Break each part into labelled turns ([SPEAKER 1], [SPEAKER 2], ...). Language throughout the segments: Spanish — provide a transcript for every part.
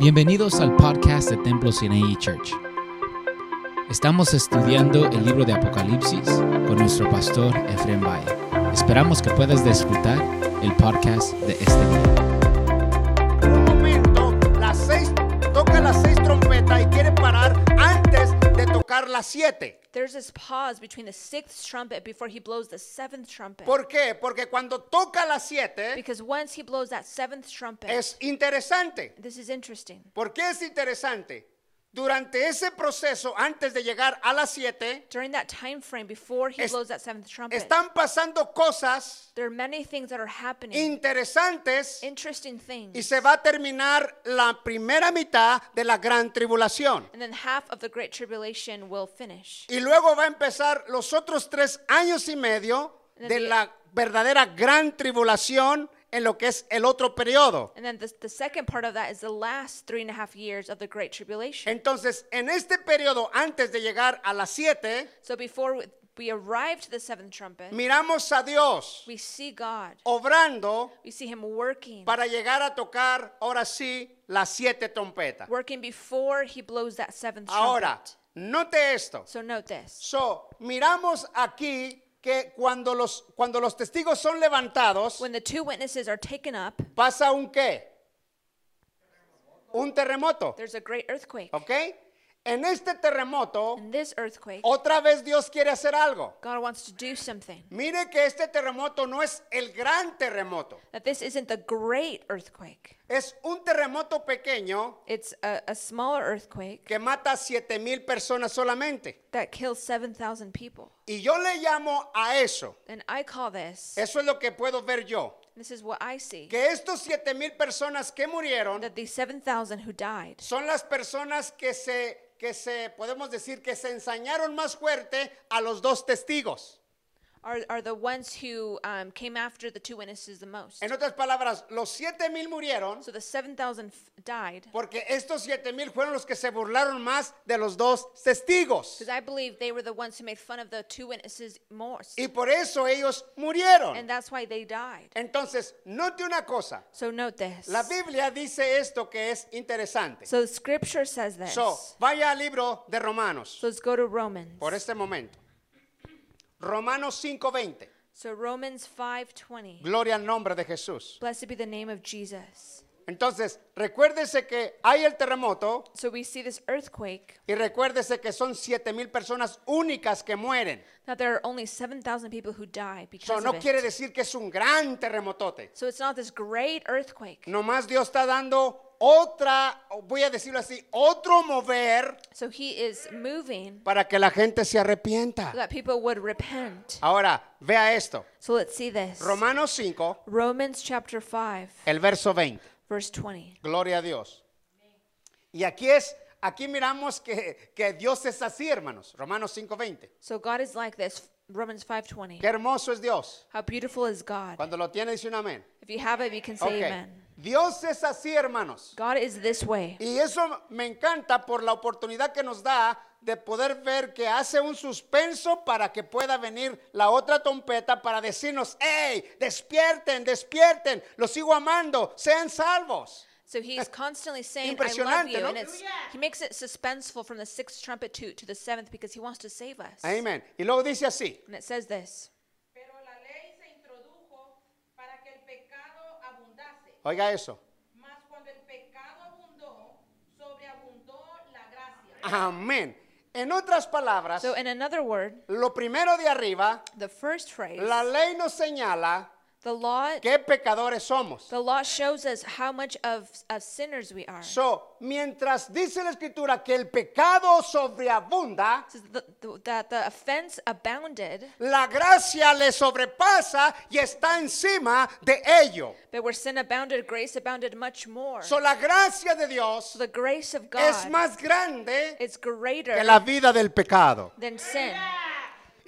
[SPEAKER 1] Bienvenidos al podcast de Templo Sinai Church. Estamos estudiando el libro de Apocalipsis con nuestro pastor Efraín Valle. Esperamos que puedas disfrutar el podcast de este día.
[SPEAKER 2] En un momento, las seis, toca las seis trompetas y quiere parar antes de tocar las siete.
[SPEAKER 3] There's this pause between the sixth trumpet before he blows the seventh trumpet.
[SPEAKER 2] ¿Por qué? Porque cuando toca las siete
[SPEAKER 3] Because once he blows that seventh trumpet,
[SPEAKER 2] es interesante.
[SPEAKER 3] this is interesting.
[SPEAKER 2] ¿Por qué es interesante? Durante ese proceso, antes de llegar a las siete,
[SPEAKER 3] During that time frame before he
[SPEAKER 2] Es-
[SPEAKER 3] blows that seventh trumpet,
[SPEAKER 2] están pasando cosas
[SPEAKER 3] there are many things that are happening,
[SPEAKER 2] interesantes
[SPEAKER 3] interesting things.
[SPEAKER 2] y se va a terminar la primera mitad de la gran tribulación.
[SPEAKER 3] and then half of the great tribulation will finish.
[SPEAKER 2] Y luego va a empezar los otros tres años y medio de la verdadera gran tribulación en lo que es el otro periodo.
[SPEAKER 3] And then the, the second part of that is the last three and a half years of the great tribulation.
[SPEAKER 2] Entonces, en este periodo, antes de llegar a las siete,
[SPEAKER 3] so before we, we arrive to the seventh trumpet,
[SPEAKER 2] miramos a Dios
[SPEAKER 3] we see God.
[SPEAKER 2] obrando
[SPEAKER 3] We see him working.
[SPEAKER 2] para llegar a tocar, ahora sí, las siete trompetas.
[SPEAKER 3] working before he blows that seventh
[SPEAKER 2] Ahora,
[SPEAKER 3] trumpet.
[SPEAKER 2] note esto.
[SPEAKER 3] So note this.
[SPEAKER 2] So, miramos aquí que cuando los, cuando los testigos son levantados,
[SPEAKER 3] When the two witnesses are taken up,
[SPEAKER 2] pasa un qué? Un terremoto.
[SPEAKER 3] there's a great earthquake.
[SPEAKER 2] ¿Ok? En este terremoto,
[SPEAKER 3] In this earthquake,
[SPEAKER 2] otra vez Dios quiere hacer algo.
[SPEAKER 3] God wants to do something.
[SPEAKER 2] Mire que este terremoto no es el gran terremoto.
[SPEAKER 3] That this isn't the great earthquake.
[SPEAKER 2] Es un terremoto pequeño
[SPEAKER 3] It's a, a smaller earthquake
[SPEAKER 2] que mata a 7 mil personas solamente.
[SPEAKER 3] that kills 7,000 people.
[SPEAKER 2] Y yo le llamo a eso.
[SPEAKER 3] And I call this,
[SPEAKER 2] Eso es lo que puedo ver yo.
[SPEAKER 3] this is what I see,
[SPEAKER 2] Que estos 7 mil personas que murieron
[SPEAKER 3] that these 7,000 who died
[SPEAKER 2] son las personas que se, que se, podemos decir, que se ensañaron más fuerte a los dos testigos.
[SPEAKER 3] are, are the ones who um, came after the two witnesses the most.
[SPEAKER 2] En otras palabras, los 7 mil murieron
[SPEAKER 3] So the 7,000 f- died
[SPEAKER 2] Porque estos siete mil fueron los que se burlaron más de los dos testigos.
[SPEAKER 3] Because I believe they were the ones who made fun of the two witnesses most.
[SPEAKER 2] Y por eso ellos murieron.
[SPEAKER 3] And that's why they died.
[SPEAKER 2] Entonces, note una cosa.
[SPEAKER 3] So note this.
[SPEAKER 2] La Biblia dice esto que es interesante.
[SPEAKER 3] So scripture says this.
[SPEAKER 2] So, vaya al libro de Romanos
[SPEAKER 3] So let's go to Romans.
[SPEAKER 2] por este momento. Romanos 5:20.
[SPEAKER 3] So Romans 5:20.
[SPEAKER 2] Gloria al nombre de Jesús.
[SPEAKER 3] Blessed be the name of Jesus.
[SPEAKER 2] Entonces, recuérdese que hay el terremoto
[SPEAKER 3] So we see this earthquake
[SPEAKER 2] y recuérdese que son siete mil personas únicas que mueren.
[SPEAKER 3] that there are only 7,000 people who die
[SPEAKER 2] So,
[SPEAKER 3] because
[SPEAKER 2] no
[SPEAKER 3] of
[SPEAKER 2] quiere
[SPEAKER 3] it.
[SPEAKER 2] decir que es un gran terremotote.
[SPEAKER 3] So it's not this great earthquake.
[SPEAKER 2] Nomás Dios está dando otra, voy a decirlo así, otro mover
[SPEAKER 3] So he is moving
[SPEAKER 2] para que la gente se arrepienta.
[SPEAKER 3] so that people would repent.
[SPEAKER 2] Ah. Ahora, vea esto.
[SPEAKER 3] So let's see this.
[SPEAKER 2] Romanos 5,
[SPEAKER 3] Romans chapter 5
[SPEAKER 2] el verso 20.
[SPEAKER 3] verse 20.
[SPEAKER 2] Gloria a Dios. Y aquí es, aquí miramos que, que Dios es así, hermanos. Romanos 5, 20.
[SPEAKER 3] So God is like this. Romans 5:20.
[SPEAKER 2] Qué hermoso es Dios.
[SPEAKER 3] How beautiful is God.
[SPEAKER 2] Cuando lo tiene, dice un amén.
[SPEAKER 3] If you have it, you can say
[SPEAKER 2] Ok.
[SPEAKER 3] amen.
[SPEAKER 2] Dios es así, hermanos.
[SPEAKER 3] God is this way.
[SPEAKER 2] Y eso me encanta por la oportunidad que nos da de poder ver que hace un suspenso para que pueda venir la otra trompeta para decirnos, hey, despierten, despierten, los sigo amando, sean salvos.
[SPEAKER 3] So he's constantly saying, I love
[SPEAKER 2] Impresionante,
[SPEAKER 3] you.
[SPEAKER 2] ¿no?
[SPEAKER 3] And it's, he makes it suspenseful from the sixth trumpet to, to the seventh because he wants to save us.
[SPEAKER 2] Amén. Y luego dice así,
[SPEAKER 3] And it says this.
[SPEAKER 4] Pero la ley se introdujo para que el pecado abundase.
[SPEAKER 2] oiga eso,
[SPEAKER 4] Mas cuando el pecado abundó, sobreabundó la gracia.
[SPEAKER 2] amén. En otras palabras,
[SPEAKER 3] So, in another word,
[SPEAKER 2] lo primero de arriba,
[SPEAKER 3] the first phrase,
[SPEAKER 2] la ley nos señala
[SPEAKER 3] the law,
[SPEAKER 2] qué pecadores somos.
[SPEAKER 3] the law shows us how much of, of sinners we are.
[SPEAKER 2] So, mientras dice la escritura que el pecado sobreabunda,
[SPEAKER 3] It says that the- that the offense abounded,
[SPEAKER 2] La gracia le sobrepasa y está encima de ello.
[SPEAKER 3] but where sin abounded, grace abounded much more.
[SPEAKER 2] So, la gracia de Dios
[SPEAKER 3] So the grace of
[SPEAKER 2] es
[SPEAKER 3] God
[SPEAKER 2] más grande
[SPEAKER 3] is greater
[SPEAKER 2] que la vida del pecado.
[SPEAKER 3] than sin.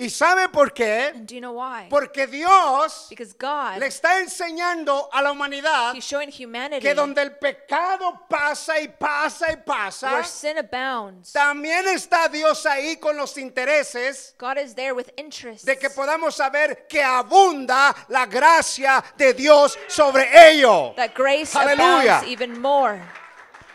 [SPEAKER 2] ¿Y sabe por qué?
[SPEAKER 3] And do you know why?
[SPEAKER 2] Porque Dios
[SPEAKER 3] Because God,
[SPEAKER 2] le está enseñando a la humanidad
[SPEAKER 3] He's showing humanity
[SPEAKER 2] que donde el pecado pasa y pasa y pasa,
[SPEAKER 3] where sin abounds.
[SPEAKER 2] también está Dios ahí con los intereses
[SPEAKER 3] God is there with interest
[SPEAKER 2] de que podamos saber que abunda la gracia de Dios sobre ello.
[SPEAKER 3] that grace
[SPEAKER 2] Hallelujah.
[SPEAKER 3] abounds even more.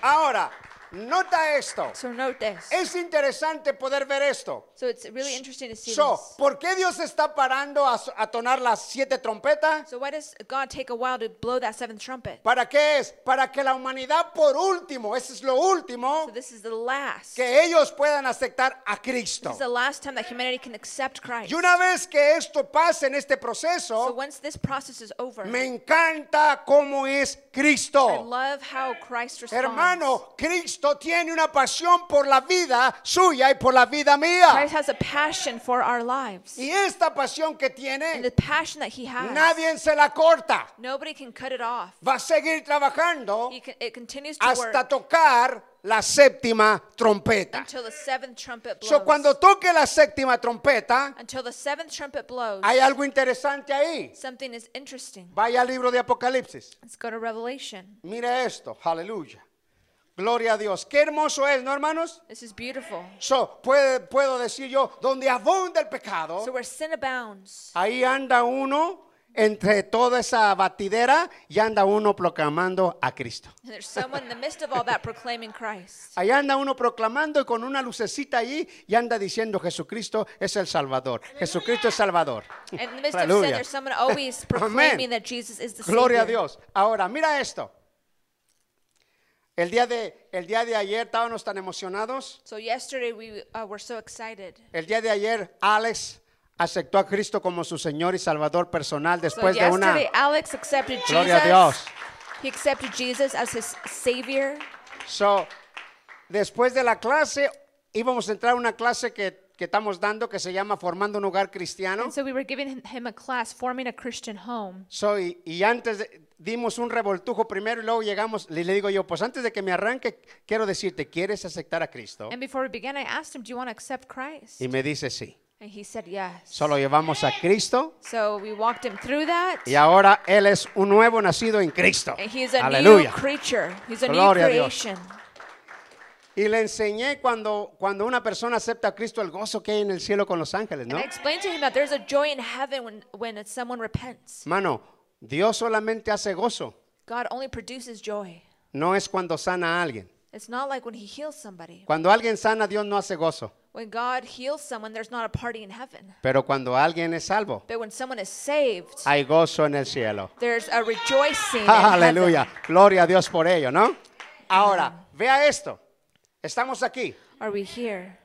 [SPEAKER 2] Ahora, nota esto.
[SPEAKER 3] So note this.
[SPEAKER 2] Es interesante poder ver esto.
[SPEAKER 3] So it's really interesting to see
[SPEAKER 2] So,
[SPEAKER 3] this.
[SPEAKER 2] ¿por qué Dios está parando a, a tonar las siete trompetas?
[SPEAKER 3] So why does God take a while to blow that seventh trumpet?
[SPEAKER 2] ¿Para qué es? Para que la humanidad por último, eso es lo último,
[SPEAKER 3] So this is the last. This
[SPEAKER 2] que ellos puedan aceptar a Cristo.
[SPEAKER 3] is the last time that humanity can accept Christ.
[SPEAKER 2] Y una vez que esto pase en este
[SPEAKER 3] So
[SPEAKER 2] proceso,
[SPEAKER 3] once this process is over,
[SPEAKER 2] me encanta cómo es
[SPEAKER 3] I
[SPEAKER 2] Cristo.
[SPEAKER 3] love how Christ responds.
[SPEAKER 2] Hermano, Cristo tiene una pasión por la vida suya y por la vida mía.
[SPEAKER 3] Christ has a passion for our lives.
[SPEAKER 2] Y esta pasión que
[SPEAKER 3] And the
[SPEAKER 2] tiene,
[SPEAKER 3] passion that he has,
[SPEAKER 2] nadie se la corta.
[SPEAKER 3] nobody can cut it off.
[SPEAKER 2] Va a seguir trabajando
[SPEAKER 3] He can, it continues to
[SPEAKER 2] hasta
[SPEAKER 3] work
[SPEAKER 2] tocar la séptima trompeta.
[SPEAKER 3] until the seventh trumpet blows.
[SPEAKER 2] So, cuando toque la séptima trompeta,
[SPEAKER 3] until the seventh trumpet blows,
[SPEAKER 2] hay algo interesante ahí.
[SPEAKER 3] something is interesting.
[SPEAKER 2] Vaya al libro de Apocalipsis.
[SPEAKER 3] Let's go to Revelation.
[SPEAKER 2] Mira esto. Aleluya. Gloria a Dios. Qué hermoso es, ¿no, hermanos?
[SPEAKER 3] This is beautiful.
[SPEAKER 2] So, puede- puedo decir yo, donde abunda el pecado,
[SPEAKER 3] So where sin abounds,
[SPEAKER 2] ahí anda uno entre toda esa batidera y anda uno proclamando a Cristo.
[SPEAKER 3] and there's someone in the midst of all that proclaiming Christ.
[SPEAKER 2] Ahí anda uno proclamando y con una lucecita allí y anda diciendo Jesucristo es el Salvador. Jesucristo es Salvador.
[SPEAKER 3] And in the midst of
[SPEAKER 2] Aleluya.
[SPEAKER 3] sin, there's someone always proclaiming that Jesus is the
[SPEAKER 2] Gloria a
[SPEAKER 3] Savior.
[SPEAKER 2] Dios. Ahora, mira esto. El día de, el día de ayer estábamos tan emocionados.
[SPEAKER 3] So yesterday we uh, were so excited.
[SPEAKER 2] El día de ayer Alex aceptó a Cristo como su Señor y Salvador personal
[SPEAKER 3] So
[SPEAKER 2] después de una...
[SPEAKER 3] yesterday Alex accepted
[SPEAKER 2] Gloria a
[SPEAKER 3] Jesus.
[SPEAKER 2] Dios.
[SPEAKER 3] He accepted Jesus as his Savior.
[SPEAKER 2] So, después de la clase íbamos a entrar a una clase que, que estamos dando que se llama Formando un Hogar Cristiano.
[SPEAKER 3] And so we were giving him- him a class, forming a Christian home.
[SPEAKER 2] So, y, y antes de- dimos un revoltujo primero y luego llegamos, le, le digo yo, pues antes de que me arranque, quiero decirte, ¿quieres aceptar a Cristo?
[SPEAKER 3] And before we began, I asked him, Do you want to accept Christ?
[SPEAKER 2] Y me dice sí.
[SPEAKER 3] And he said yes.
[SPEAKER 2] Solo llevamos a Cristo
[SPEAKER 3] So we walked him through that.
[SPEAKER 2] y ahora Él es un nuevo nacido en Cristo.
[SPEAKER 3] And he is a new
[SPEAKER 2] Aleluya.
[SPEAKER 3] creature. He's a
[SPEAKER 2] Gloria a
[SPEAKER 3] new
[SPEAKER 2] Dios.
[SPEAKER 3] creation.
[SPEAKER 2] Y le enseñé cuando, cuando una persona acepta a Cristo el gozo que hay en el cielo con los ángeles, ¿no?
[SPEAKER 3] And I explained to him that there's a joy in heaven when, when someone repents.
[SPEAKER 2] Mano, Dios solamente hace gozo.
[SPEAKER 3] God only produces joy.
[SPEAKER 2] No es cuando sana a alguien.
[SPEAKER 3] It's not like when he heals somebody.
[SPEAKER 2] Cuando alguien sana, Dios no hace gozo.
[SPEAKER 3] When God heals someone, there's not a party in heaven.
[SPEAKER 2] Pero cuando alguien es salvo,
[SPEAKER 3] But when someone is saved,
[SPEAKER 2] hay gozo en el cielo.
[SPEAKER 3] there's a rejoicing. in
[SPEAKER 2] Aleluya.
[SPEAKER 3] heaven.
[SPEAKER 2] Gloria a Dios por ello, ¿no? Ahora, vea esto. Estamos aquí.
[SPEAKER 3] Are we here?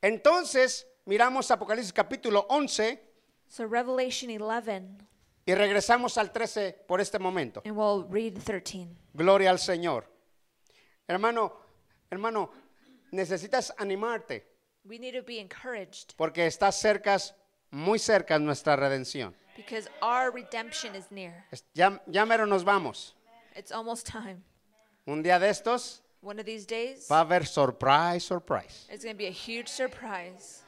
[SPEAKER 2] Entonces, miramos Apocalipsis capítulo 11
[SPEAKER 3] So Revelation 11,
[SPEAKER 2] y regresamos al 13 por este momento.
[SPEAKER 3] and we'll read 13.
[SPEAKER 2] Gloria al Señor. Hermano, hermano, necesitas animarte
[SPEAKER 3] We need to be encouraged
[SPEAKER 2] porque estás cerca, muy cerca nuestra redención.
[SPEAKER 3] because our redemption is near.
[SPEAKER 2] Es- Ya, ya mero nos vamos.
[SPEAKER 3] It's almost time.
[SPEAKER 2] Un día de estos
[SPEAKER 3] One of these days,
[SPEAKER 2] va a haber surprise, surprise.
[SPEAKER 3] it's going to be a huge surprise.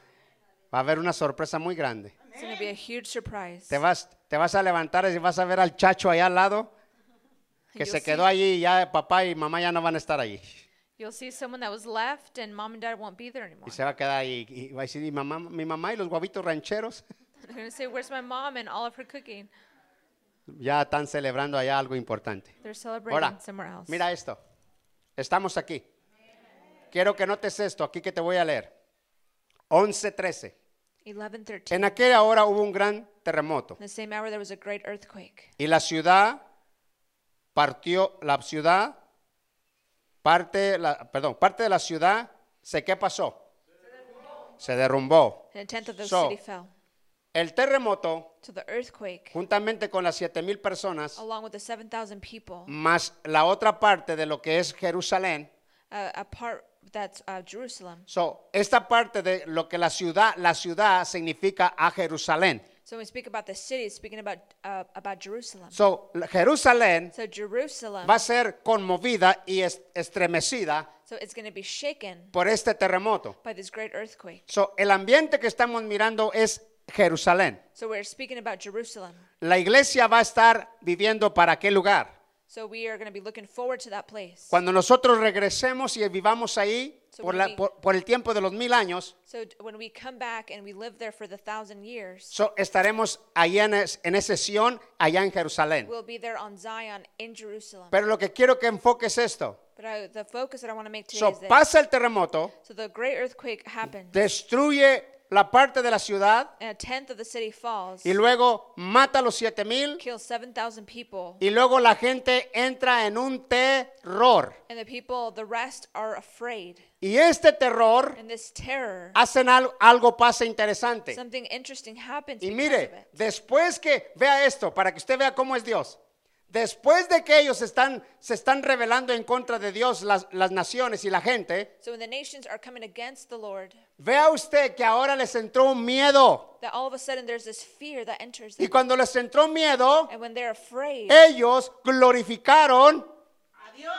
[SPEAKER 2] Va a haber una sorpresa muy grande.
[SPEAKER 3] It's going to be a huge surprise.
[SPEAKER 2] Te vas, te vas a levantar y vas a ver al chacho allá al lado que
[SPEAKER 3] You'll
[SPEAKER 2] se
[SPEAKER 3] see-
[SPEAKER 2] quedó allí y ya papá y mamá ya no van a estar allí.
[SPEAKER 3] You'll see someone that was left, and mom and dad won't be there anymore.
[SPEAKER 2] Y se va a quedar ahí y va a decir, "Y mamá, mi mamá y los guavitos rancheros
[SPEAKER 3] They're going to say, Where's my mom and all of her cooking?
[SPEAKER 2] ya están celebrando allá algo importante.
[SPEAKER 3] They're celebrating
[SPEAKER 2] Ahora,
[SPEAKER 3] somewhere else.
[SPEAKER 2] mira esto. Estamos aquí. Quiero que notes esto, aquí que te voy a leer. 11:13.
[SPEAKER 3] 11 13.
[SPEAKER 2] En aquella hora hubo un gran terremoto
[SPEAKER 3] In the same hour, there was a great earthquake.
[SPEAKER 2] y la ciudad partió, la ciudad, parte, la, perdón, parte de la ciudad, ¿se qué pasó? Se derrumbó.
[SPEAKER 3] And a tenth of the
[SPEAKER 2] So-
[SPEAKER 3] city fell.
[SPEAKER 2] El terremoto,
[SPEAKER 3] So the earthquake,
[SPEAKER 2] juntamente con las siete mil personas,
[SPEAKER 3] along with the 7,000 people,
[SPEAKER 2] más la otra parte de lo que es Jerusalén,
[SPEAKER 3] uh, a part that's uh, Jerusalem.
[SPEAKER 2] So, esta parte de lo que la ciudad, la ciudad significa a Jerusalén.
[SPEAKER 3] So when we speak about the city, it's speaking about, uh, about Jerusalem.
[SPEAKER 2] So, la- Jerusalén
[SPEAKER 3] So Jerusalem,
[SPEAKER 2] va a ser conmovida y es- estremecida
[SPEAKER 3] so it's going to be shaken
[SPEAKER 2] por este terremoto.
[SPEAKER 3] by this great earthquake.
[SPEAKER 2] So, el ambiente que estamos mirando es Jerusalén.
[SPEAKER 3] So we're speaking about Jerusalem.
[SPEAKER 2] La iglesia va a estar viviendo para qué lugar.
[SPEAKER 3] So we are going to be looking forward to that place.
[SPEAKER 2] Cuando nosotros regresemos y vivamos ahí
[SPEAKER 3] So
[SPEAKER 2] por,
[SPEAKER 3] we
[SPEAKER 2] la-
[SPEAKER 3] need-
[SPEAKER 2] por- por el tiempo de los mil años,
[SPEAKER 3] So d- when we come back and we live there for the thousand years,
[SPEAKER 2] so, estaremos allá en, es- en ese Sion, allá en Jerusalén.
[SPEAKER 3] we'll be there on Zion in Jerusalem.
[SPEAKER 2] Pero lo que quiero que enfoques es esto.
[SPEAKER 3] But But I, the focus that I want to make today
[SPEAKER 2] So
[SPEAKER 3] is this.
[SPEAKER 2] pasa el terremoto,
[SPEAKER 3] So the great earthquake happened.
[SPEAKER 2] destruye la parte de la ciudad
[SPEAKER 3] and a tenth of the city falls.
[SPEAKER 2] y luego mata a los siete mil
[SPEAKER 3] kills 7,000 people.
[SPEAKER 2] y luego la gente entra en un terror.
[SPEAKER 3] and the people, the rest, are afraid.
[SPEAKER 2] Y este terror
[SPEAKER 3] And this terror,
[SPEAKER 2] hacen al- algo pasa interesante.
[SPEAKER 3] something interesting happens
[SPEAKER 2] Y
[SPEAKER 3] because of
[SPEAKER 2] mire,
[SPEAKER 3] it.
[SPEAKER 2] después que vea esto, para que usted vea cómo es Dios, después de que ellos están, se están rebelando en contra de Dios, las, las naciones y la gente,
[SPEAKER 3] So when the nations are coming against the Lord,
[SPEAKER 2] vea usted que ahora les entró un miedo.
[SPEAKER 3] that all of a sudden there's this fear that enters
[SPEAKER 2] Y
[SPEAKER 3] them.
[SPEAKER 2] cuando les entró miedo,
[SPEAKER 3] And when they're afraid,
[SPEAKER 2] ellos glorificaron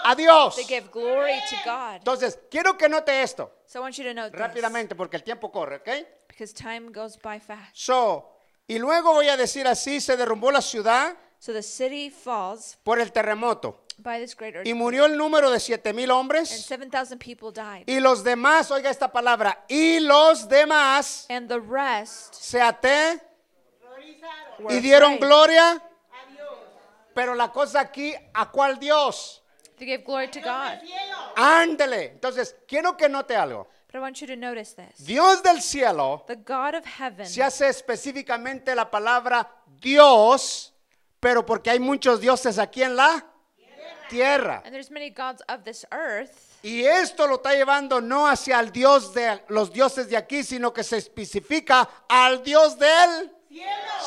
[SPEAKER 2] a Dios.
[SPEAKER 3] they give glory to God.
[SPEAKER 2] Entonces, quiero que note esto
[SPEAKER 3] So I want you to note this,
[SPEAKER 2] rápidamente porque el tiempo corre, ¿ok?
[SPEAKER 3] because time goes by fast.
[SPEAKER 2] So, y luego voy a decir así, se derrumbó la ciudad
[SPEAKER 3] So the city falls
[SPEAKER 2] por el terremoto
[SPEAKER 3] by this great
[SPEAKER 2] y
[SPEAKER 3] earthquake,
[SPEAKER 2] murió el número de siete mil
[SPEAKER 3] and
[SPEAKER 2] hombres
[SPEAKER 3] 7,000 people died.
[SPEAKER 2] y los demás, oiga esta palabra, y los demás
[SPEAKER 3] And the rest
[SPEAKER 2] se até
[SPEAKER 3] were
[SPEAKER 2] y dieron
[SPEAKER 3] afraid.
[SPEAKER 2] gloria. Pero la cosa aquí, ¿a cuál Dios?
[SPEAKER 3] They gave glory to God.
[SPEAKER 2] Ándele. Entonces, quiero que note algo.
[SPEAKER 3] But I want you to notice this.
[SPEAKER 2] Dios del cielo
[SPEAKER 3] The God of heaven,
[SPEAKER 2] se hace específicamente la palabra Dios, pero porque hay muchos dioses aquí en la tierra.
[SPEAKER 3] and there's many gods of this earth,
[SPEAKER 2] Y esto lo está llevando no hacia el Dios de los dioses de aquí, sino que se especifica al Dios del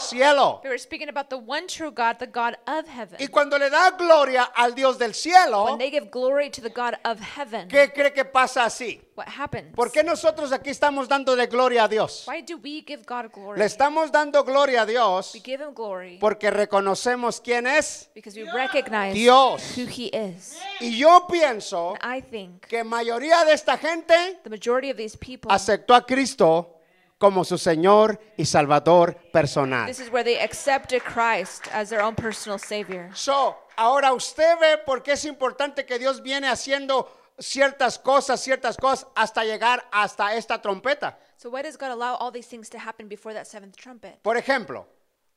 [SPEAKER 2] cielo.
[SPEAKER 3] but we're speaking about the one true God, the God of heaven.
[SPEAKER 2] Y cuando le da gloria al Dios del cielo,
[SPEAKER 3] When they give glory to the God of heaven,
[SPEAKER 2] ¿qué cree que pasa así?
[SPEAKER 3] what happens?
[SPEAKER 2] ¿Por qué nosotros aquí estamos dándole gloria a Dios?
[SPEAKER 3] Why do we give God glory?
[SPEAKER 2] Le estamos dando gloria a Dios
[SPEAKER 3] We give him glory
[SPEAKER 2] porque reconocemos quién es
[SPEAKER 3] because we recognize
[SPEAKER 2] Dios.
[SPEAKER 3] who he is.
[SPEAKER 2] Y yo pienso
[SPEAKER 3] And I think
[SPEAKER 2] que mayoría de esta gente
[SPEAKER 3] the majority of these people,
[SPEAKER 2] aceptó a Cristo como su Señor y Salvador personal.
[SPEAKER 3] this is where they accepted Christ as their own personal savior.
[SPEAKER 2] So, ahora usted ve por qué es importante que Dios viene haciendo ciertas cosas, ciertas cosas, hasta llegar hasta esta trompeta.
[SPEAKER 3] So why does God allow all these things to happen before that seventh trumpet?
[SPEAKER 2] Por ejemplo,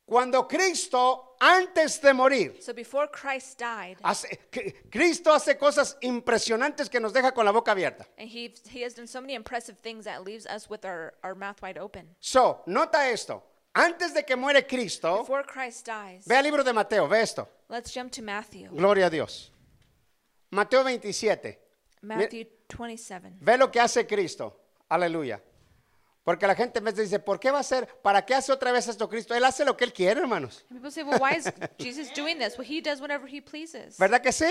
[SPEAKER 2] cuando Cristo, antes de morir,
[SPEAKER 3] So before Christ died,
[SPEAKER 2] hace- Cri- Cristo hace cosas impresionantes que nos deja con la boca abierta.
[SPEAKER 3] and he he has done so many impressive things that leaves us with our, our mouth wide open.
[SPEAKER 2] So, nota esto. Antes de que muere Cristo,
[SPEAKER 3] Before Christ dies,
[SPEAKER 2] ve al libro de Mateo, ve esto.
[SPEAKER 3] let's jump to Matthew.
[SPEAKER 2] Gloria a Dios. Mateo 27.
[SPEAKER 3] Matthew 27.
[SPEAKER 2] Ve lo que hace Cristo. Aleluya. Porque la gente a veces dice, ¿por qué va a hacer? ¿Para qué hace otra vez esto Cristo? Él hace lo que él quiere, hermanos.
[SPEAKER 3] And people say, well, why is Jesus doing this? Well, he does whatever he pleases.
[SPEAKER 2] ¿Verdad que sí?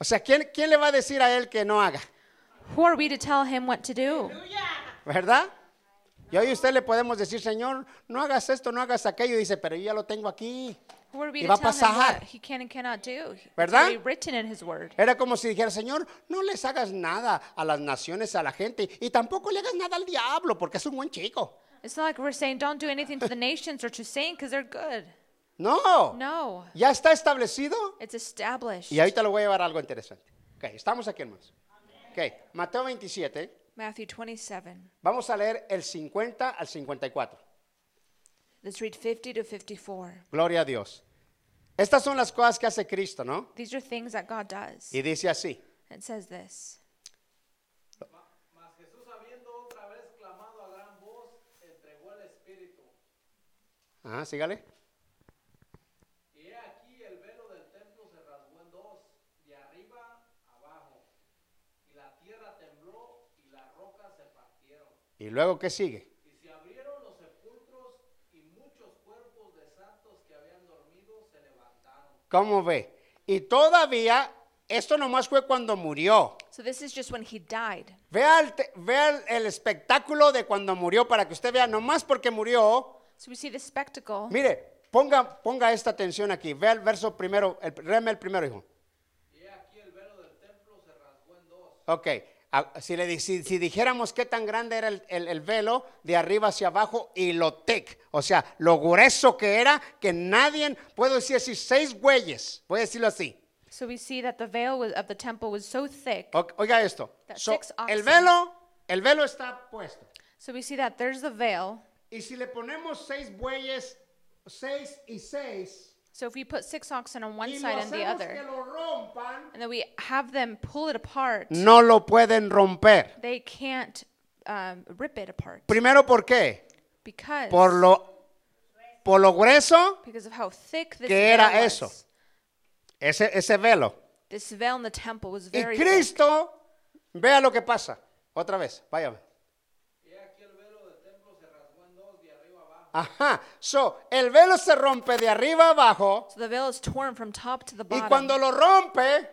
[SPEAKER 2] O sea, ¿quién, quién le va a decir a él que no haga?
[SPEAKER 3] Who are we to tell him what to do?
[SPEAKER 2] ¿Verdad? Y hoy a usted le podemos decir, Señor, no hagas esto, no hagas aquello. Y dice, pero yo ya lo tengo aquí.
[SPEAKER 3] Who are we
[SPEAKER 2] Y
[SPEAKER 3] to
[SPEAKER 2] va a
[SPEAKER 3] tell him
[SPEAKER 2] pasar.
[SPEAKER 3] what he can and cannot do? It's
[SPEAKER 2] ¿Verdad?
[SPEAKER 3] already written in his word.
[SPEAKER 2] Era como si dijera, Señor, no les hagas nada a las naciones, a la gente, y tampoco le hagas nada al diablo, porque es un buen chico.
[SPEAKER 3] It's not like we're saying don't do anything to the nations or to Satan because they're good.
[SPEAKER 2] No,
[SPEAKER 3] No,
[SPEAKER 2] ya está establecido.
[SPEAKER 3] it's established.
[SPEAKER 2] Y ahorita lo voy a llevar a algo interesante. Ok, estamos aquí, hermanos. Ok, Mateo 27,
[SPEAKER 3] Matthew 27.
[SPEAKER 2] vamos a leer el 50 al 54.
[SPEAKER 3] Let's read 50 to 54.
[SPEAKER 2] Gloria a Dios. Estas son las cosas que hace Cristo, ¿no?
[SPEAKER 3] These are things that God does.
[SPEAKER 2] Y dice así.
[SPEAKER 3] It says this.
[SPEAKER 5] Mas Jesús, habiendo otra vez clamado a gran voz, entregó el espíritu.
[SPEAKER 2] Ajá, sígale.
[SPEAKER 5] Y he aquí el velo del templo se rasgó en dos, de arriba abajo. Y la tierra tembló y las rocas se partieron.
[SPEAKER 2] Y luego, ¿qué sigue?
[SPEAKER 5] Y se abrieron los sepulcros y muchos cuerpos de santos que habían dormido se levantaron.
[SPEAKER 2] ¿Cómo ve? Y todavía, esto nomás fue cuando murió.
[SPEAKER 3] So this is just when he died.
[SPEAKER 2] Vea el, te- vea el- el espectáculo de cuando murió para que usted vea, nomás porque murió.
[SPEAKER 3] So we see this spectacle.
[SPEAKER 2] Mire, ponga, ponga esta atención aquí. Vea el verso primero, el, léeme el primero, hijo.
[SPEAKER 5] Y he aquí el velo del templo se rasgó en dos.
[SPEAKER 2] Ok, a- si, le, di- si, si dijéramos qué tan grande era el, el- el velo de arriba hacia abajo y lo tec, o sea, lo grueso que era, que nadie, puedo decir así, seis güeyes, voy a decirlo así.
[SPEAKER 3] So we see that the veil was, of the temple was so thick.
[SPEAKER 2] O- oiga esto,
[SPEAKER 3] That
[SPEAKER 2] So,
[SPEAKER 3] six
[SPEAKER 2] el
[SPEAKER 3] oxen.
[SPEAKER 2] velo, el velo está puesto.
[SPEAKER 3] So we see that there's the veil.
[SPEAKER 2] Y si le ponemos seis bueyes, seis y seis,
[SPEAKER 3] So if we put six oxen on one
[SPEAKER 2] y lo
[SPEAKER 3] side and the
[SPEAKER 2] hacemos que
[SPEAKER 3] other,
[SPEAKER 2] lo rompan,
[SPEAKER 3] and then we have them pull it apart,
[SPEAKER 2] no lo pueden romper.
[SPEAKER 3] they can't um, rip it apart
[SPEAKER 2] Primero, ¿por qué?
[SPEAKER 3] because
[SPEAKER 2] Por lo, por lo grueso,
[SPEAKER 3] because of how thick this
[SPEAKER 2] que era
[SPEAKER 3] veil
[SPEAKER 2] eso.
[SPEAKER 3] was.
[SPEAKER 2] ese, ese velo.
[SPEAKER 3] This veil in the temple was
[SPEAKER 2] Y
[SPEAKER 3] very thick.
[SPEAKER 2] Cristo, vea lo que pasa. Otra vez, váyame. Ajá, so el velo se rompe de arriba abajo
[SPEAKER 3] So the veil is torn from top to the
[SPEAKER 2] y
[SPEAKER 3] bottom.
[SPEAKER 2] cuando lo rompe,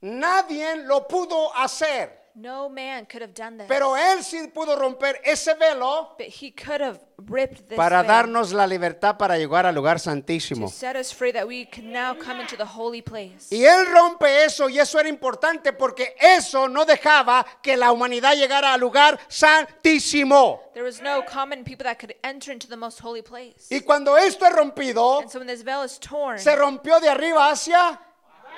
[SPEAKER 2] nadie lo pudo hacer.
[SPEAKER 3] no man could have done this.
[SPEAKER 2] Pero él sí pudo romper ese velo
[SPEAKER 3] but he could have ripped this
[SPEAKER 2] para
[SPEAKER 3] veil
[SPEAKER 2] darnos la libertad para llegar al lugar
[SPEAKER 3] to
[SPEAKER 2] santísimo.
[SPEAKER 3] set us free that we can now come into the holy place.
[SPEAKER 2] Y él rompe eso y eso era importante porque eso no dejaba que la humanidad llegara al lugar santísimo.
[SPEAKER 3] There was no common people that could enter into the most holy place.
[SPEAKER 2] Y cuando esto es rompido,
[SPEAKER 3] And so when this veil is torn,
[SPEAKER 2] se rompió de arriba hacia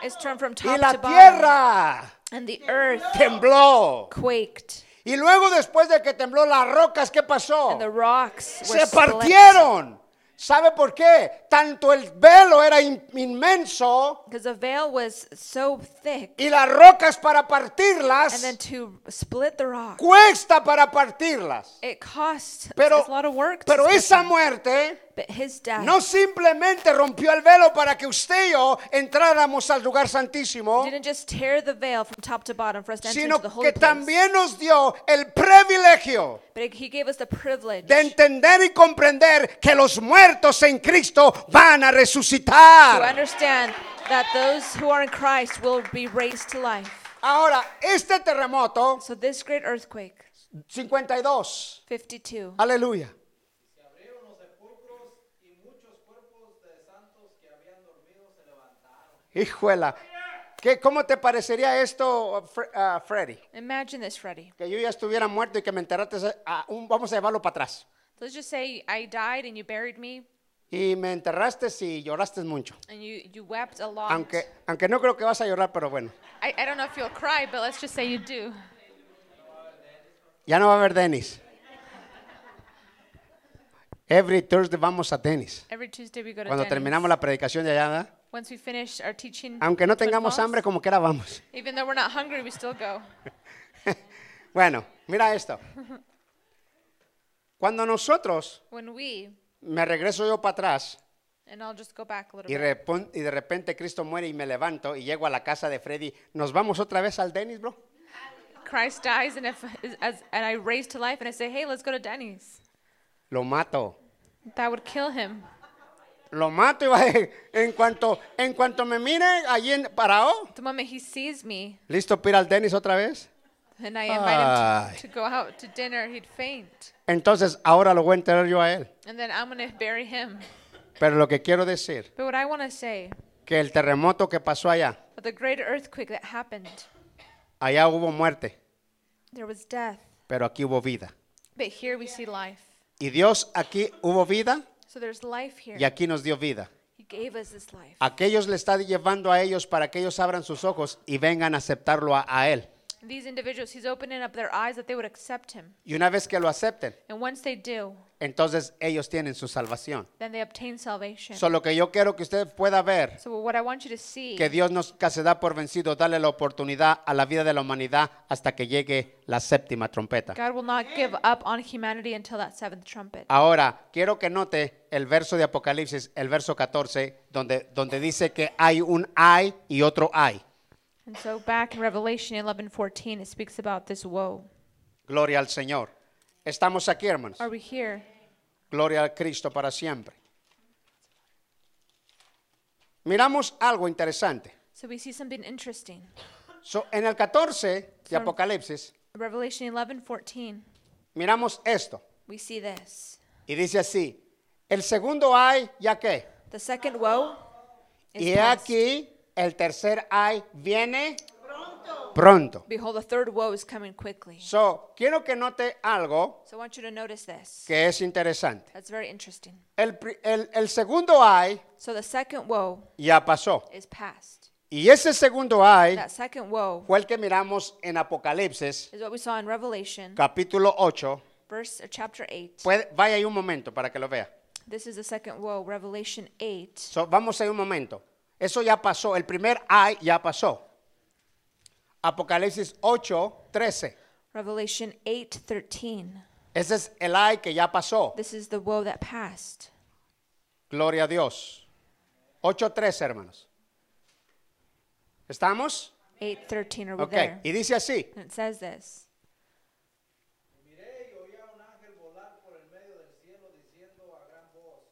[SPEAKER 3] it's torn from top
[SPEAKER 2] y la
[SPEAKER 3] to bottom,
[SPEAKER 2] tierra
[SPEAKER 3] and the earth
[SPEAKER 2] tembló.
[SPEAKER 3] quaked,
[SPEAKER 2] Y luego después de que tembló las rocas, ¿qué pasó?
[SPEAKER 3] and the rocks were
[SPEAKER 2] Se
[SPEAKER 3] split.
[SPEAKER 2] partieron. ¿Sabe por qué? Tanto el velo era in- inmenso
[SPEAKER 3] Because the veil was so thick,
[SPEAKER 2] y las rocas para
[SPEAKER 3] and then
[SPEAKER 2] partirlas
[SPEAKER 3] to split the rock,
[SPEAKER 2] cuesta para partirlas.
[SPEAKER 3] it cost
[SPEAKER 2] Pero,
[SPEAKER 3] a lot of work. to
[SPEAKER 2] pero
[SPEAKER 3] split
[SPEAKER 2] esa
[SPEAKER 3] them.
[SPEAKER 2] muerte
[SPEAKER 3] but his death
[SPEAKER 2] no simplemente rompió el velo para que usted y yo entráramos al lugar santísimo,
[SPEAKER 3] didn't just tear the veil from top to bottom for us to enter
[SPEAKER 2] sino
[SPEAKER 3] into
[SPEAKER 2] que
[SPEAKER 3] the holy place,
[SPEAKER 2] también nos dio el privilegio
[SPEAKER 3] but it- he gave us the privilege
[SPEAKER 2] de entender y comprender que los muertos en Cristo van a
[SPEAKER 3] to
[SPEAKER 2] resucitar.
[SPEAKER 3] understand that those who are in Christ will be raised to life.
[SPEAKER 2] Ahora, este terremoto
[SPEAKER 3] So this great earthquake,
[SPEAKER 2] 52,
[SPEAKER 3] 52.
[SPEAKER 2] aleluya.
[SPEAKER 5] Se abrieron los sepulcros y muchos cuerpos de santos que habían dormido se levantaron.
[SPEAKER 2] Hijuela, ¿qué, ¿cómo te parecería esto, Fre- ah, Freddy?
[SPEAKER 3] Imagine this, Freddie.
[SPEAKER 2] Que yo ya estuviera muerto y que me enterraste, a un- vamos a llevarlo para atrás.
[SPEAKER 3] Let's just say I died and you buried me
[SPEAKER 2] Y me enterraste y lloraste mucho.
[SPEAKER 3] and you, you wept a lot.
[SPEAKER 2] Aunque, aunque no creo que vas a llorar, pero bueno.
[SPEAKER 3] I, I don't know if you'll cry, but let's just say you do.
[SPEAKER 2] Ya no va a haber Dennis. Every Thursday vamos a Dennis.
[SPEAKER 3] Every Tuesday we go to
[SPEAKER 2] Cuando
[SPEAKER 3] Denny's.
[SPEAKER 2] terminamos la predicación de allá, ¿verdad?
[SPEAKER 3] Once we finish our teaching,
[SPEAKER 2] Aunque no
[SPEAKER 3] at Twin
[SPEAKER 2] tengamos
[SPEAKER 3] Falls,
[SPEAKER 2] hambre, como quiera vamos.
[SPEAKER 3] even though we're not hungry, we still go.
[SPEAKER 2] Bueno, mira esto. Cuando nosotros,
[SPEAKER 3] When we,
[SPEAKER 2] me regreso yo para atrás
[SPEAKER 3] and I'll just go back a little
[SPEAKER 2] y,
[SPEAKER 3] bit.
[SPEAKER 2] repon- y de repente Cristo muere y me levanto y llego a la casa de Freddy, ¿nos vamos otra vez al Dennis, bro?
[SPEAKER 3] Christ dies, and if as, and I raise to life, and I say, "Hey, let's go to Denny's."
[SPEAKER 2] Lo mato.
[SPEAKER 3] That would kill him.
[SPEAKER 2] Lo mato y va en cuanto, en cuanto me mire allí en- parado,
[SPEAKER 3] The moment he sees me,
[SPEAKER 2] listo para ir al Dennis otra vez.
[SPEAKER 3] and I invite him
[SPEAKER 2] Ay.
[SPEAKER 3] to, to go out to dinner, he'd faint,
[SPEAKER 2] Entonces ahora lo voy a enterar yo a él.
[SPEAKER 3] and then I'm gonna bury him.
[SPEAKER 2] Pero lo que quiero decir,
[SPEAKER 3] But what I want to say,
[SPEAKER 2] que el terremoto que pasó allá,
[SPEAKER 3] with the great earthquake that happened,
[SPEAKER 2] allá hubo muerte,
[SPEAKER 3] there was death,
[SPEAKER 2] pero aquí hubo vida.
[SPEAKER 3] but here we see life.
[SPEAKER 2] Y Dios aquí hubo vida
[SPEAKER 3] So there's life here.
[SPEAKER 2] y aquí nos dio vida.
[SPEAKER 3] He gave us this life.
[SPEAKER 2] Aquellos le está llevando a ellos para que ellos abran sus ojos y vengan a aceptarlo a, a Él.
[SPEAKER 3] And these individuals, he's opening up their eyes that they would accept him.
[SPEAKER 2] Y una vez que lo acepten,
[SPEAKER 3] And once they do,
[SPEAKER 2] entonces ellos tienen su salvación.
[SPEAKER 3] then they obtain salvation.
[SPEAKER 2] Solo que yo quiero que usted pueda ver
[SPEAKER 3] so what I want you to see
[SPEAKER 2] que Dios nunca se da por vencido, darle la oportunidad a la vida de la humanidad hasta que llegue la séptima trompeta.
[SPEAKER 3] God will not give up on humanity until that seventh trumpet.
[SPEAKER 2] Ahora, quiero que note el verso de Apocalipsis, el verso 14, donde, donde dice que hay un hay y otro hay.
[SPEAKER 3] And so back in Revelation 11:14, it speaks about this woe.
[SPEAKER 2] Gloria al Señor. Estamos aquí, hermanos.
[SPEAKER 3] Are we here?
[SPEAKER 2] Gloria al Cristo para siempre. Miramos algo interesante.
[SPEAKER 3] So we see something interesting.
[SPEAKER 2] So, en el 14 de
[SPEAKER 3] Sure.
[SPEAKER 2] Apocalipsis,
[SPEAKER 3] Revelation 11:14,
[SPEAKER 2] miramos esto.
[SPEAKER 3] we see this.
[SPEAKER 2] Y dice así, el segundo hay, ¿ya qué?
[SPEAKER 3] The second woe is
[SPEAKER 2] Y he
[SPEAKER 3] past.
[SPEAKER 2] aquí el tercer hay viene pronto.
[SPEAKER 3] Behold, the third woe is coming quickly.
[SPEAKER 2] So, quiero que note algo
[SPEAKER 3] So I want you to notice this.
[SPEAKER 2] que es interesante.
[SPEAKER 3] That's very interesting.
[SPEAKER 2] El, pri- el- el segundo hay
[SPEAKER 3] So the second woe
[SPEAKER 2] ya pasó.
[SPEAKER 3] is past.
[SPEAKER 2] Y ese segundo hay
[SPEAKER 3] That second woe
[SPEAKER 2] fue el que miramos en Apocalipsis,
[SPEAKER 3] is what we saw in Revelation,
[SPEAKER 2] capítulo 8.
[SPEAKER 3] verse or chapter 8.
[SPEAKER 2] Puede- vaya ahí un momento para que lo vea.
[SPEAKER 3] This is the second woe, Revelation 8.
[SPEAKER 2] So, vamos ahí un momento. Eso ya pasó. El primer ay ya pasó. Apocalipsis 8, 13.
[SPEAKER 3] Revelation 8:13.
[SPEAKER 2] Ese es el ay que ya pasó.
[SPEAKER 3] This is the woe that passed.
[SPEAKER 2] Gloria a Dios. 8.3, hermanos. ¿Estamos?
[SPEAKER 3] 8:13 are we
[SPEAKER 2] Ok.
[SPEAKER 3] there?
[SPEAKER 2] Y dice así.
[SPEAKER 3] And it says this.
[SPEAKER 5] Miré y oí a un ángel volar por el medio del cielo diciendo a gran voz,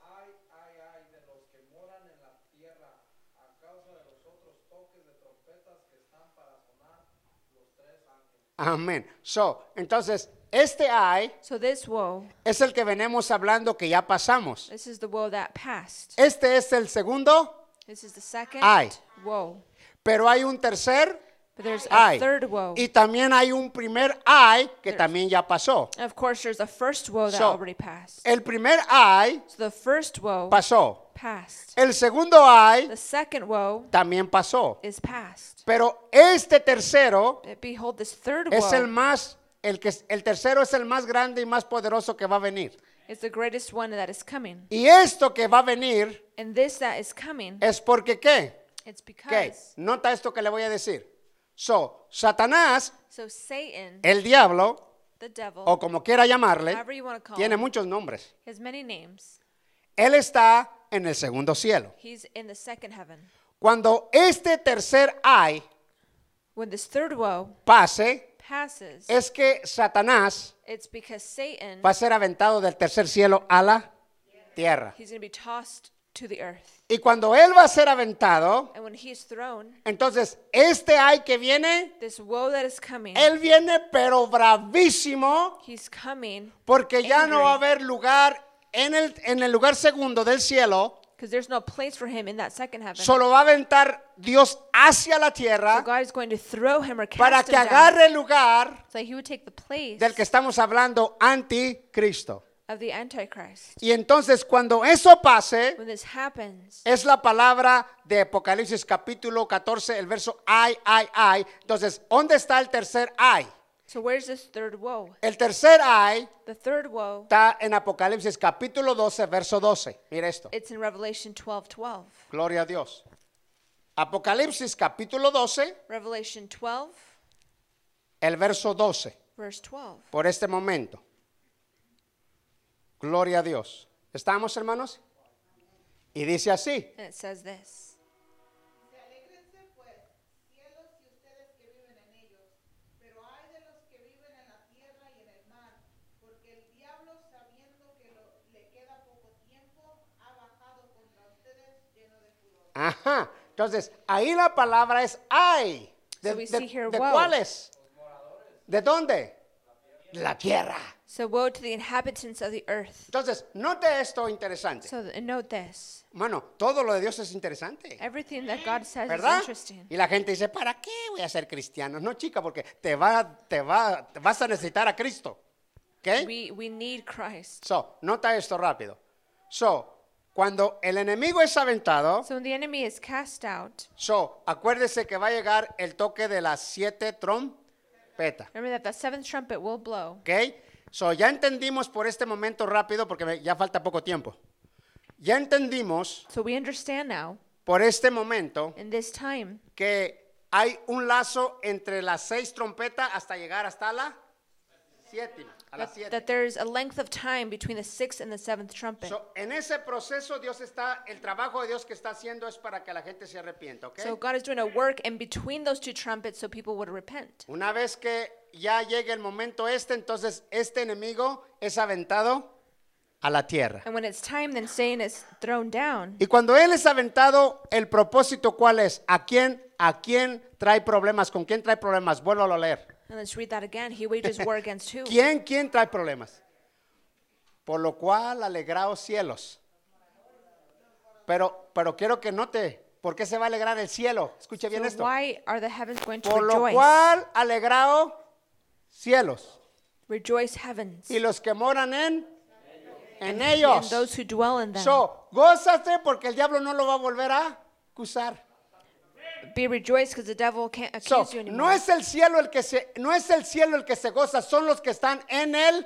[SPEAKER 5] ay, ay, ay de los que moran en la tierra a causa de los otros toques de trompetas que están para sonar los tres ángeles.
[SPEAKER 2] Amén. So, entonces, este ay
[SPEAKER 3] So this woe,
[SPEAKER 2] es el que venimos hablando que ya pasamos.
[SPEAKER 3] this is the woe that passed.
[SPEAKER 2] Este es el segundo,
[SPEAKER 3] This is the second
[SPEAKER 2] Ay.
[SPEAKER 3] woe.
[SPEAKER 2] pero hay un tercer
[SPEAKER 3] But there's a
[SPEAKER 2] ay.
[SPEAKER 3] third woe.
[SPEAKER 2] Y también hay un primer ay que también ya pasó.
[SPEAKER 3] And of course, there's a first woe that
[SPEAKER 2] So-
[SPEAKER 3] already passed.
[SPEAKER 2] El primer ay
[SPEAKER 3] So the first woe
[SPEAKER 2] pasó.
[SPEAKER 3] passed.
[SPEAKER 2] El segundo ay
[SPEAKER 3] The second woe
[SPEAKER 2] también pasó.
[SPEAKER 3] is passed.
[SPEAKER 2] Pero este tercero
[SPEAKER 3] But behold, this third
[SPEAKER 2] es el
[SPEAKER 3] woe
[SPEAKER 2] más el que es- el tercero es el más grande y más poderoso que va a venir.
[SPEAKER 3] is the greatest one that is coming.
[SPEAKER 2] Y esto que va a venir
[SPEAKER 3] And this that is coming,
[SPEAKER 2] es porque qué?
[SPEAKER 3] it's
[SPEAKER 2] ¿Qué?
[SPEAKER 3] because.
[SPEAKER 2] Nota esto que le voy a decir. So, Satanás,
[SPEAKER 3] So Satan,
[SPEAKER 2] el diablo
[SPEAKER 3] the devil,
[SPEAKER 2] o como quiera llamarle,
[SPEAKER 3] however you want to call
[SPEAKER 2] tiene
[SPEAKER 3] him,
[SPEAKER 2] muchos nombres.
[SPEAKER 3] he has many names.
[SPEAKER 2] Él está en el segundo cielo.
[SPEAKER 3] He's in the second heaven.
[SPEAKER 2] Cuando este tercer ay
[SPEAKER 3] When this third woe
[SPEAKER 2] pase,
[SPEAKER 3] passes,
[SPEAKER 2] es que Satanás
[SPEAKER 3] it's because Satan,
[SPEAKER 2] va a ser aventado del tercer cielo a la tierra.
[SPEAKER 3] he's going to be tossed to the earth.
[SPEAKER 2] Y cuando él va a ser aventado,
[SPEAKER 3] And when he's thrown,
[SPEAKER 2] entonces este ay que viene,
[SPEAKER 3] this woe that is coming,
[SPEAKER 2] él viene pero bravísimo,
[SPEAKER 3] he's coming
[SPEAKER 2] porque ya no va a
[SPEAKER 3] Angry.
[SPEAKER 2] haber lugar en el, en el lugar segundo del cielo,
[SPEAKER 3] because there's no place for him in that second heaven.
[SPEAKER 2] solo va a aventar Dios hacia la
[SPEAKER 3] so
[SPEAKER 2] tierra
[SPEAKER 3] God is going to throw him or cast
[SPEAKER 2] para
[SPEAKER 3] him
[SPEAKER 2] que
[SPEAKER 3] down
[SPEAKER 2] agarre el lugar
[SPEAKER 3] so he would take the place
[SPEAKER 2] del que estamos hablando, anticristo.
[SPEAKER 3] of the Antichrist.
[SPEAKER 2] Y entonces cuando eso pase,
[SPEAKER 3] When this happens,
[SPEAKER 2] Es la palabra de Apocalipsis capítulo 14, el verso ay, ay, ay. Entonces, ¿dónde está el tercer ay?
[SPEAKER 3] so where's this third woe?
[SPEAKER 2] El tercer ay
[SPEAKER 3] The third woe,
[SPEAKER 2] está en Apocalipsis capítulo 12, verso 12. Mira esto.
[SPEAKER 3] it's in Revelation 12:12.
[SPEAKER 2] Gloria a Dios. Apocalipsis capítulo 12,
[SPEAKER 3] Revelation 12,
[SPEAKER 2] el verso 12,
[SPEAKER 3] verse 12.
[SPEAKER 2] por este momento. Gloria a Dios. ¿Estamos, hermanos? Y dice así.
[SPEAKER 3] And it says this.
[SPEAKER 4] Se alegrense pues, cielos y ustedes que viven en ellos, pero hay de los que viven en la tierra y en el mar, porque el diablo, sabiendo que lo- le queda poco tiempo, ha bajado contra ustedes lleno de furor.
[SPEAKER 2] Ajá. Entonces, ahí la palabra es ay. ¿De,
[SPEAKER 3] So we
[SPEAKER 2] de-
[SPEAKER 3] see here,
[SPEAKER 2] de
[SPEAKER 3] wow.
[SPEAKER 2] cuáles? ¿De dónde? La tierra.
[SPEAKER 3] So woe to the inhabitants of the earth.
[SPEAKER 2] Entonces, note esto interesante.
[SPEAKER 3] So th- note this.
[SPEAKER 2] Mano, todo lo de Dios es interesante.
[SPEAKER 3] Everything that God says is
[SPEAKER 2] ¿Verdad?
[SPEAKER 3] interesting.
[SPEAKER 2] Y la gente dice, ¿para qué voy a ser cristiano? No, chica, porque te, va, te, va, te vas a necesitar a Cristo. ¿Ok?
[SPEAKER 3] We, we need Christ.
[SPEAKER 2] So, nota esto rápido. So, cuando el enemigo es aventado,
[SPEAKER 3] So when the enemy is cast out,
[SPEAKER 2] so, acuérdese que va a llegar el toque de las siete trompetas.
[SPEAKER 3] remember that the seventh trumpet will blow.
[SPEAKER 2] ¿Ok? So, ya entendimos por este momento rápido, porque me- ya falta poco tiempo. Ya entendimos
[SPEAKER 3] So we understand now,
[SPEAKER 2] por este momento
[SPEAKER 3] in this time,
[SPEAKER 2] que hay un lazo entre las seis trompetas hasta llegar hasta la séptima. A la
[SPEAKER 3] that,
[SPEAKER 2] siete.
[SPEAKER 3] that there's a length of time between the sixth and the seventh trumpet.
[SPEAKER 2] So, en ese proceso, Dios está, el trabajo de Dios que está haciendo es para que la gente se arrepienta. ¿ok?
[SPEAKER 3] So God is doing a work in between those two trumpets so people would repent.
[SPEAKER 2] Una vez que ya llegue el momento este, entonces este enemigo es aventado a la tierra.
[SPEAKER 3] And when it's time, then Satan is thrown down.
[SPEAKER 2] Y cuando él es aventado, el propósito cuál es? ¿A quién a quién trae problemas? ¿Con quién trae problemas? Vuelvo a leer.
[SPEAKER 3] And let's read that again. He wages war against who?
[SPEAKER 2] ¿Quién quién trae problemas? Por lo cual alegraos cielos. Pero pero quiero que note, ¿por qué se va a alegrar el cielo? Escuche bien
[SPEAKER 3] So
[SPEAKER 2] esto.
[SPEAKER 3] why are the heavens going to
[SPEAKER 2] Por lo
[SPEAKER 3] rejoice?
[SPEAKER 2] cual alegraos cielos
[SPEAKER 3] Rejoice heavens.
[SPEAKER 2] y los que moran en en
[SPEAKER 3] And
[SPEAKER 2] ellos.
[SPEAKER 3] those who dwell in them.
[SPEAKER 2] So, gózate porque el diablo no lo va a volver a acusar.
[SPEAKER 3] Be rejoiced because the devil can't accuse
[SPEAKER 2] So,
[SPEAKER 3] you anymore.
[SPEAKER 2] no es el cielo el que se no es el cielo el que se goza, son los que están en el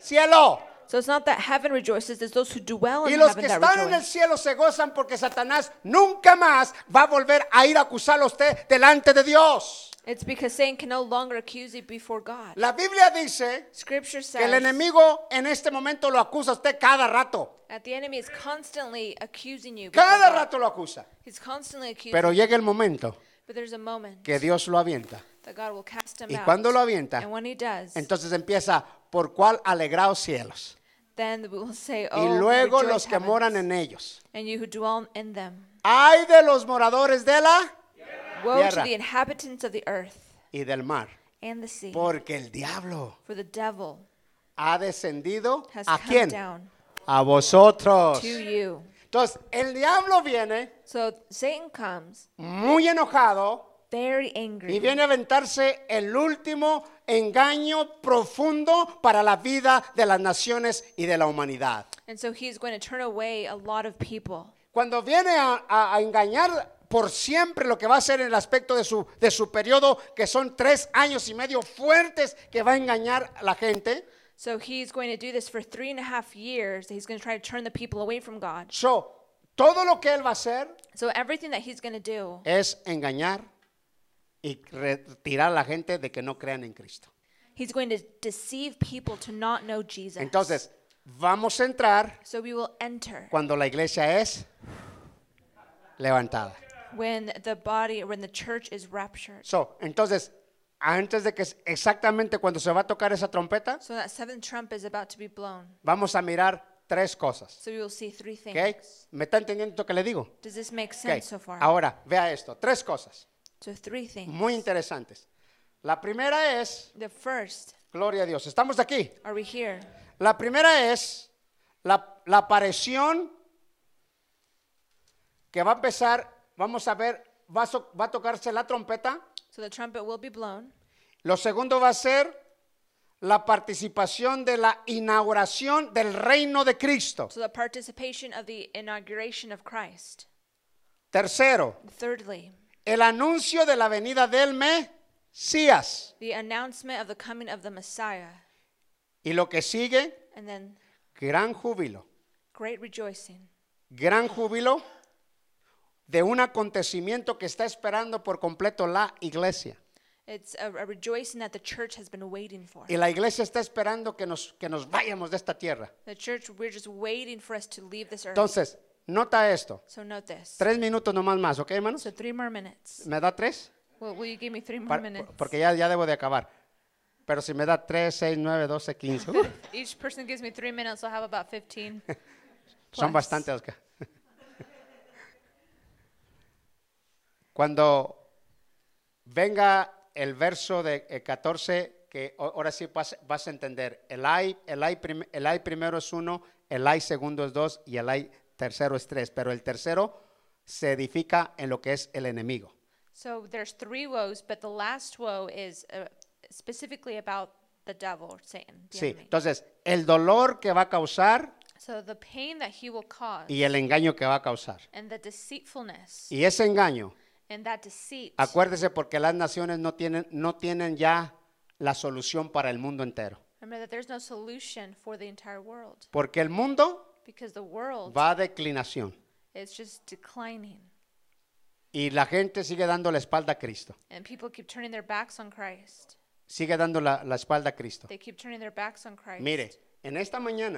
[SPEAKER 2] cielo.
[SPEAKER 3] So it's not that heaven rejoices, it's those who dwell in
[SPEAKER 2] Y los
[SPEAKER 3] heaven
[SPEAKER 2] que
[SPEAKER 3] Oh, that
[SPEAKER 2] están en el
[SPEAKER 3] rejoice.
[SPEAKER 2] cielo se gozan porque Satanás nunca más va a volver a ir a acusar a usted delante de Dios.
[SPEAKER 3] It's because Satan can no longer accuse you before God.
[SPEAKER 2] La Biblia dice
[SPEAKER 3] Scripture says
[SPEAKER 2] que el enemigo en este momento lo acusa a usted cada rato.
[SPEAKER 3] that the enemy is constantly accusing you. before
[SPEAKER 2] Cada
[SPEAKER 3] God.
[SPEAKER 2] rato lo acusa.
[SPEAKER 3] He's constantly accusing
[SPEAKER 2] Pero
[SPEAKER 3] you.
[SPEAKER 2] llega el momento
[SPEAKER 3] But there's a moment
[SPEAKER 2] que Dios lo avienta.
[SPEAKER 3] that God will cast him
[SPEAKER 2] Y
[SPEAKER 3] out.
[SPEAKER 2] cuando lo avienta,
[SPEAKER 3] and when he does,
[SPEAKER 2] entonces empieza por cuál alegraos cielos.
[SPEAKER 3] then we will say,
[SPEAKER 2] Y
[SPEAKER 3] Oh,
[SPEAKER 2] luego
[SPEAKER 3] rejoice,
[SPEAKER 2] los que
[SPEAKER 3] heavens,
[SPEAKER 2] moran en ellos.
[SPEAKER 3] and you who dwell in them.
[SPEAKER 2] Ay de los moradores de la
[SPEAKER 3] Woe to
[SPEAKER 2] Tierra.
[SPEAKER 3] the inhabitants of the earth
[SPEAKER 2] y del mar.
[SPEAKER 3] and the sea,
[SPEAKER 2] Porque el diablo
[SPEAKER 3] for the devil
[SPEAKER 2] ha descendido
[SPEAKER 3] has
[SPEAKER 2] a
[SPEAKER 3] come
[SPEAKER 2] quién?
[SPEAKER 3] down
[SPEAKER 2] A vosotros.
[SPEAKER 3] to you.
[SPEAKER 2] Entonces, el diablo viene
[SPEAKER 3] So Satan comes
[SPEAKER 2] muy enojado
[SPEAKER 3] very angry.
[SPEAKER 2] y viene a aventarse el último engaño profundo para la vida de las naciones y de la humanidad.
[SPEAKER 3] And so he's going to turn away a lot of people.
[SPEAKER 2] Cuando viene a, a- a engañar por siempre lo que va a ser en el aspecto de su, de su periodo, que son tres años y medio fuertes que va a engañar a la gente.
[SPEAKER 3] So he's going to do this for three and a half years. He's going to try to turn the people away from God.
[SPEAKER 2] So, todo lo que él va a hacer
[SPEAKER 3] So everything that he's going to do
[SPEAKER 2] es engañar y retirar a la gente de que no crean en Cristo.
[SPEAKER 3] He's going to deceive people to not know Jesus.
[SPEAKER 2] Entonces, vamos a entrar
[SPEAKER 3] so we will enter
[SPEAKER 2] cuando la iglesia es levantada.
[SPEAKER 3] when the body, when the church is raptured.
[SPEAKER 2] So, entonces, antes de que s- exactamente cuando se va a tocar esa trompeta,
[SPEAKER 3] So that seventh trump is about to be blown.
[SPEAKER 2] vamos a mirar tres cosas.
[SPEAKER 3] So we will see three things.
[SPEAKER 2] ¿ok? ¿Me está entendiendo lo que le digo?
[SPEAKER 3] Does this make
[SPEAKER 2] Ok,
[SPEAKER 3] sense so far?
[SPEAKER 2] Ahora, vea esto. Tres cosas
[SPEAKER 3] so three things.
[SPEAKER 2] muy interesantes. La primera es,
[SPEAKER 3] The first,
[SPEAKER 2] gloria a Dios, estamos aquí.
[SPEAKER 3] are we here?
[SPEAKER 2] La primera es la, la aparición que va a empezar, vamos a ver, va a, so- va a tocarse la trompeta.
[SPEAKER 3] So the trumpet will be blown.
[SPEAKER 2] Lo segundo va a ser la participación de la inauguración del reino de Cristo.
[SPEAKER 3] So the participation of the inauguration of Christ.
[SPEAKER 2] Tercero,
[SPEAKER 3] Thirdly,
[SPEAKER 2] el anuncio de la venida del Mesías.
[SPEAKER 3] the announcement of the coming of the Messiah.
[SPEAKER 2] Y lo que sigue,
[SPEAKER 3] And then
[SPEAKER 2] gran júbilo.
[SPEAKER 3] great rejoicing.
[SPEAKER 2] Gran júbilo de un acontecimiento que está esperando por completo la iglesia.
[SPEAKER 3] It's a, a rejoicing that the church has been waiting for.
[SPEAKER 2] Y la iglesia está esperando que nos, que nos vayamos de esta tierra.
[SPEAKER 3] The church, we're just waiting for us to leave this earth.
[SPEAKER 2] Entonces, nota esto.
[SPEAKER 3] so note this.
[SPEAKER 2] Tres minutos nomás más, ¿ok, hermanos?
[SPEAKER 3] So three more minutes.
[SPEAKER 2] ¿Me da tres?
[SPEAKER 3] Will, will you give me three more
[SPEAKER 2] Para-
[SPEAKER 3] minutes?
[SPEAKER 2] porque ya, ya debo de acabar. Pero si me da tres, seis, nueve, doce, quince. uh,
[SPEAKER 3] Each person gives me three minutes. I'll have about
[SPEAKER 2] son
[SPEAKER 3] 15. Plus.
[SPEAKER 2] bastantes. los que- Cuando venga el verso de eh, 14, que o- ahora sí vas, vas a entender. El ay, el ay, prim- el ay primero es uno, el ay segundo es dos y el ay tercero es tres. Pero el tercero se edifica en lo que es el enemigo.
[SPEAKER 3] So there's three woes, but the last woe is uh, specifically about the devil or Satan. the
[SPEAKER 2] Sí,
[SPEAKER 3] enemy.
[SPEAKER 2] entonces el dolor que va a causar
[SPEAKER 3] So the pain that he will cause
[SPEAKER 2] y el engaño que va a causar.
[SPEAKER 3] and the deceitfulness
[SPEAKER 2] Y ese engaño,
[SPEAKER 3] and that deceit.
[SPEAKER 2] acuérdese porque las naciones no tienen, no tienen ya la solución para el mundo entero.
[SPEAKER 3] Remember that there's no solution for the entire world
[SPEAKER 2] Porque el mundo
[SPEAKER 3] because the world
[SPEAKER 2] va a declinación
[SPEAKER 3] is just declining
[SPEAKER 2] y la gente sigue dando la espalda a Cristo.
[SPEAKER 3] and people keep turning their backs on Christ.
[SPEAKER 2] Sigue dando la, la espalda a Cristo.
[SPEAKER 3] They keep turning their backs on Christ.
[SPEAKER 2] Mire, en esta mañana